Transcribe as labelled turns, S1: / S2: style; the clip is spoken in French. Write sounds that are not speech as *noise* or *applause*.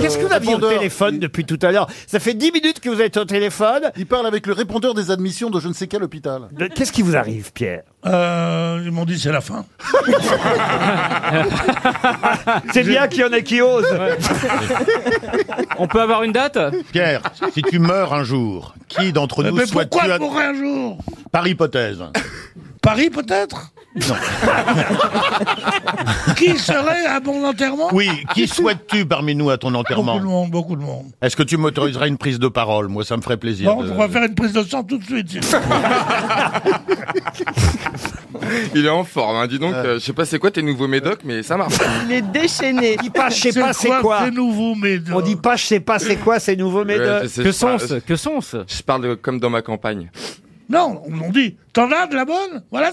S1: Qu'est-ce que vous aviez au
S2: répondeur.
S1: téléphone depuis tout à l'heure Ça fait 10 minutes que vous êtes au téléphone.
S2: Il parle avec le répondeur des admissions de je ne sais quel hôpital.
S1: De- Qu'est-ce qui vous arrive, Pierre
S3: Euh, ils m'ont dit c'est la fin.
S1: C'est bien qu'il y en ait qui osent.
S4: On peut avoir une date
S3: *laughs*
S5: Pierre, si tu meurs un jour, qui d'entre nous
S3: Mais
S5: souhaite-tu
S3: Eh ben, pourquoi
S5: à...
S3: je mourrais un jour
S5: Par hypothèse.
S3: Paris peut-être Non. *laughs* Qui serait un bon enterrement
S5: Oui,
S3: *laughs*
S5: qui souhaites-tu parmi nous à ton
S3: Beaucoup
S5: enterrement
S3: de monde, beaucoup de monde.
S5: Est-ce que tu m'autoriseras une prise de parole Moi, ça me ferait plaisir.
S3: Bon,
S5: de-
S3: on va faire une prise de sang tout de suite. sinon.
S6: Il est en forme, hein. dis donc. euh, je sais pas c'est quoi tes nouveaux médocs, mais ça marche.
S7: Il est déchaîné.
S1: Dis pas, je sais pas, c'est quoi
S3: C'est nouveau, mais
S1: On dit pas, je sais pas, c'est quoi ces nouveaux médocs
S6: Ouais, c'est-
S4: Que
S6: je parle-
S4: sont-ce Que sont-ce
S6: *laughs* Je parle de- comme dans ma campagne.
S3: non, on on dit. T'en as de la bonne Voilà.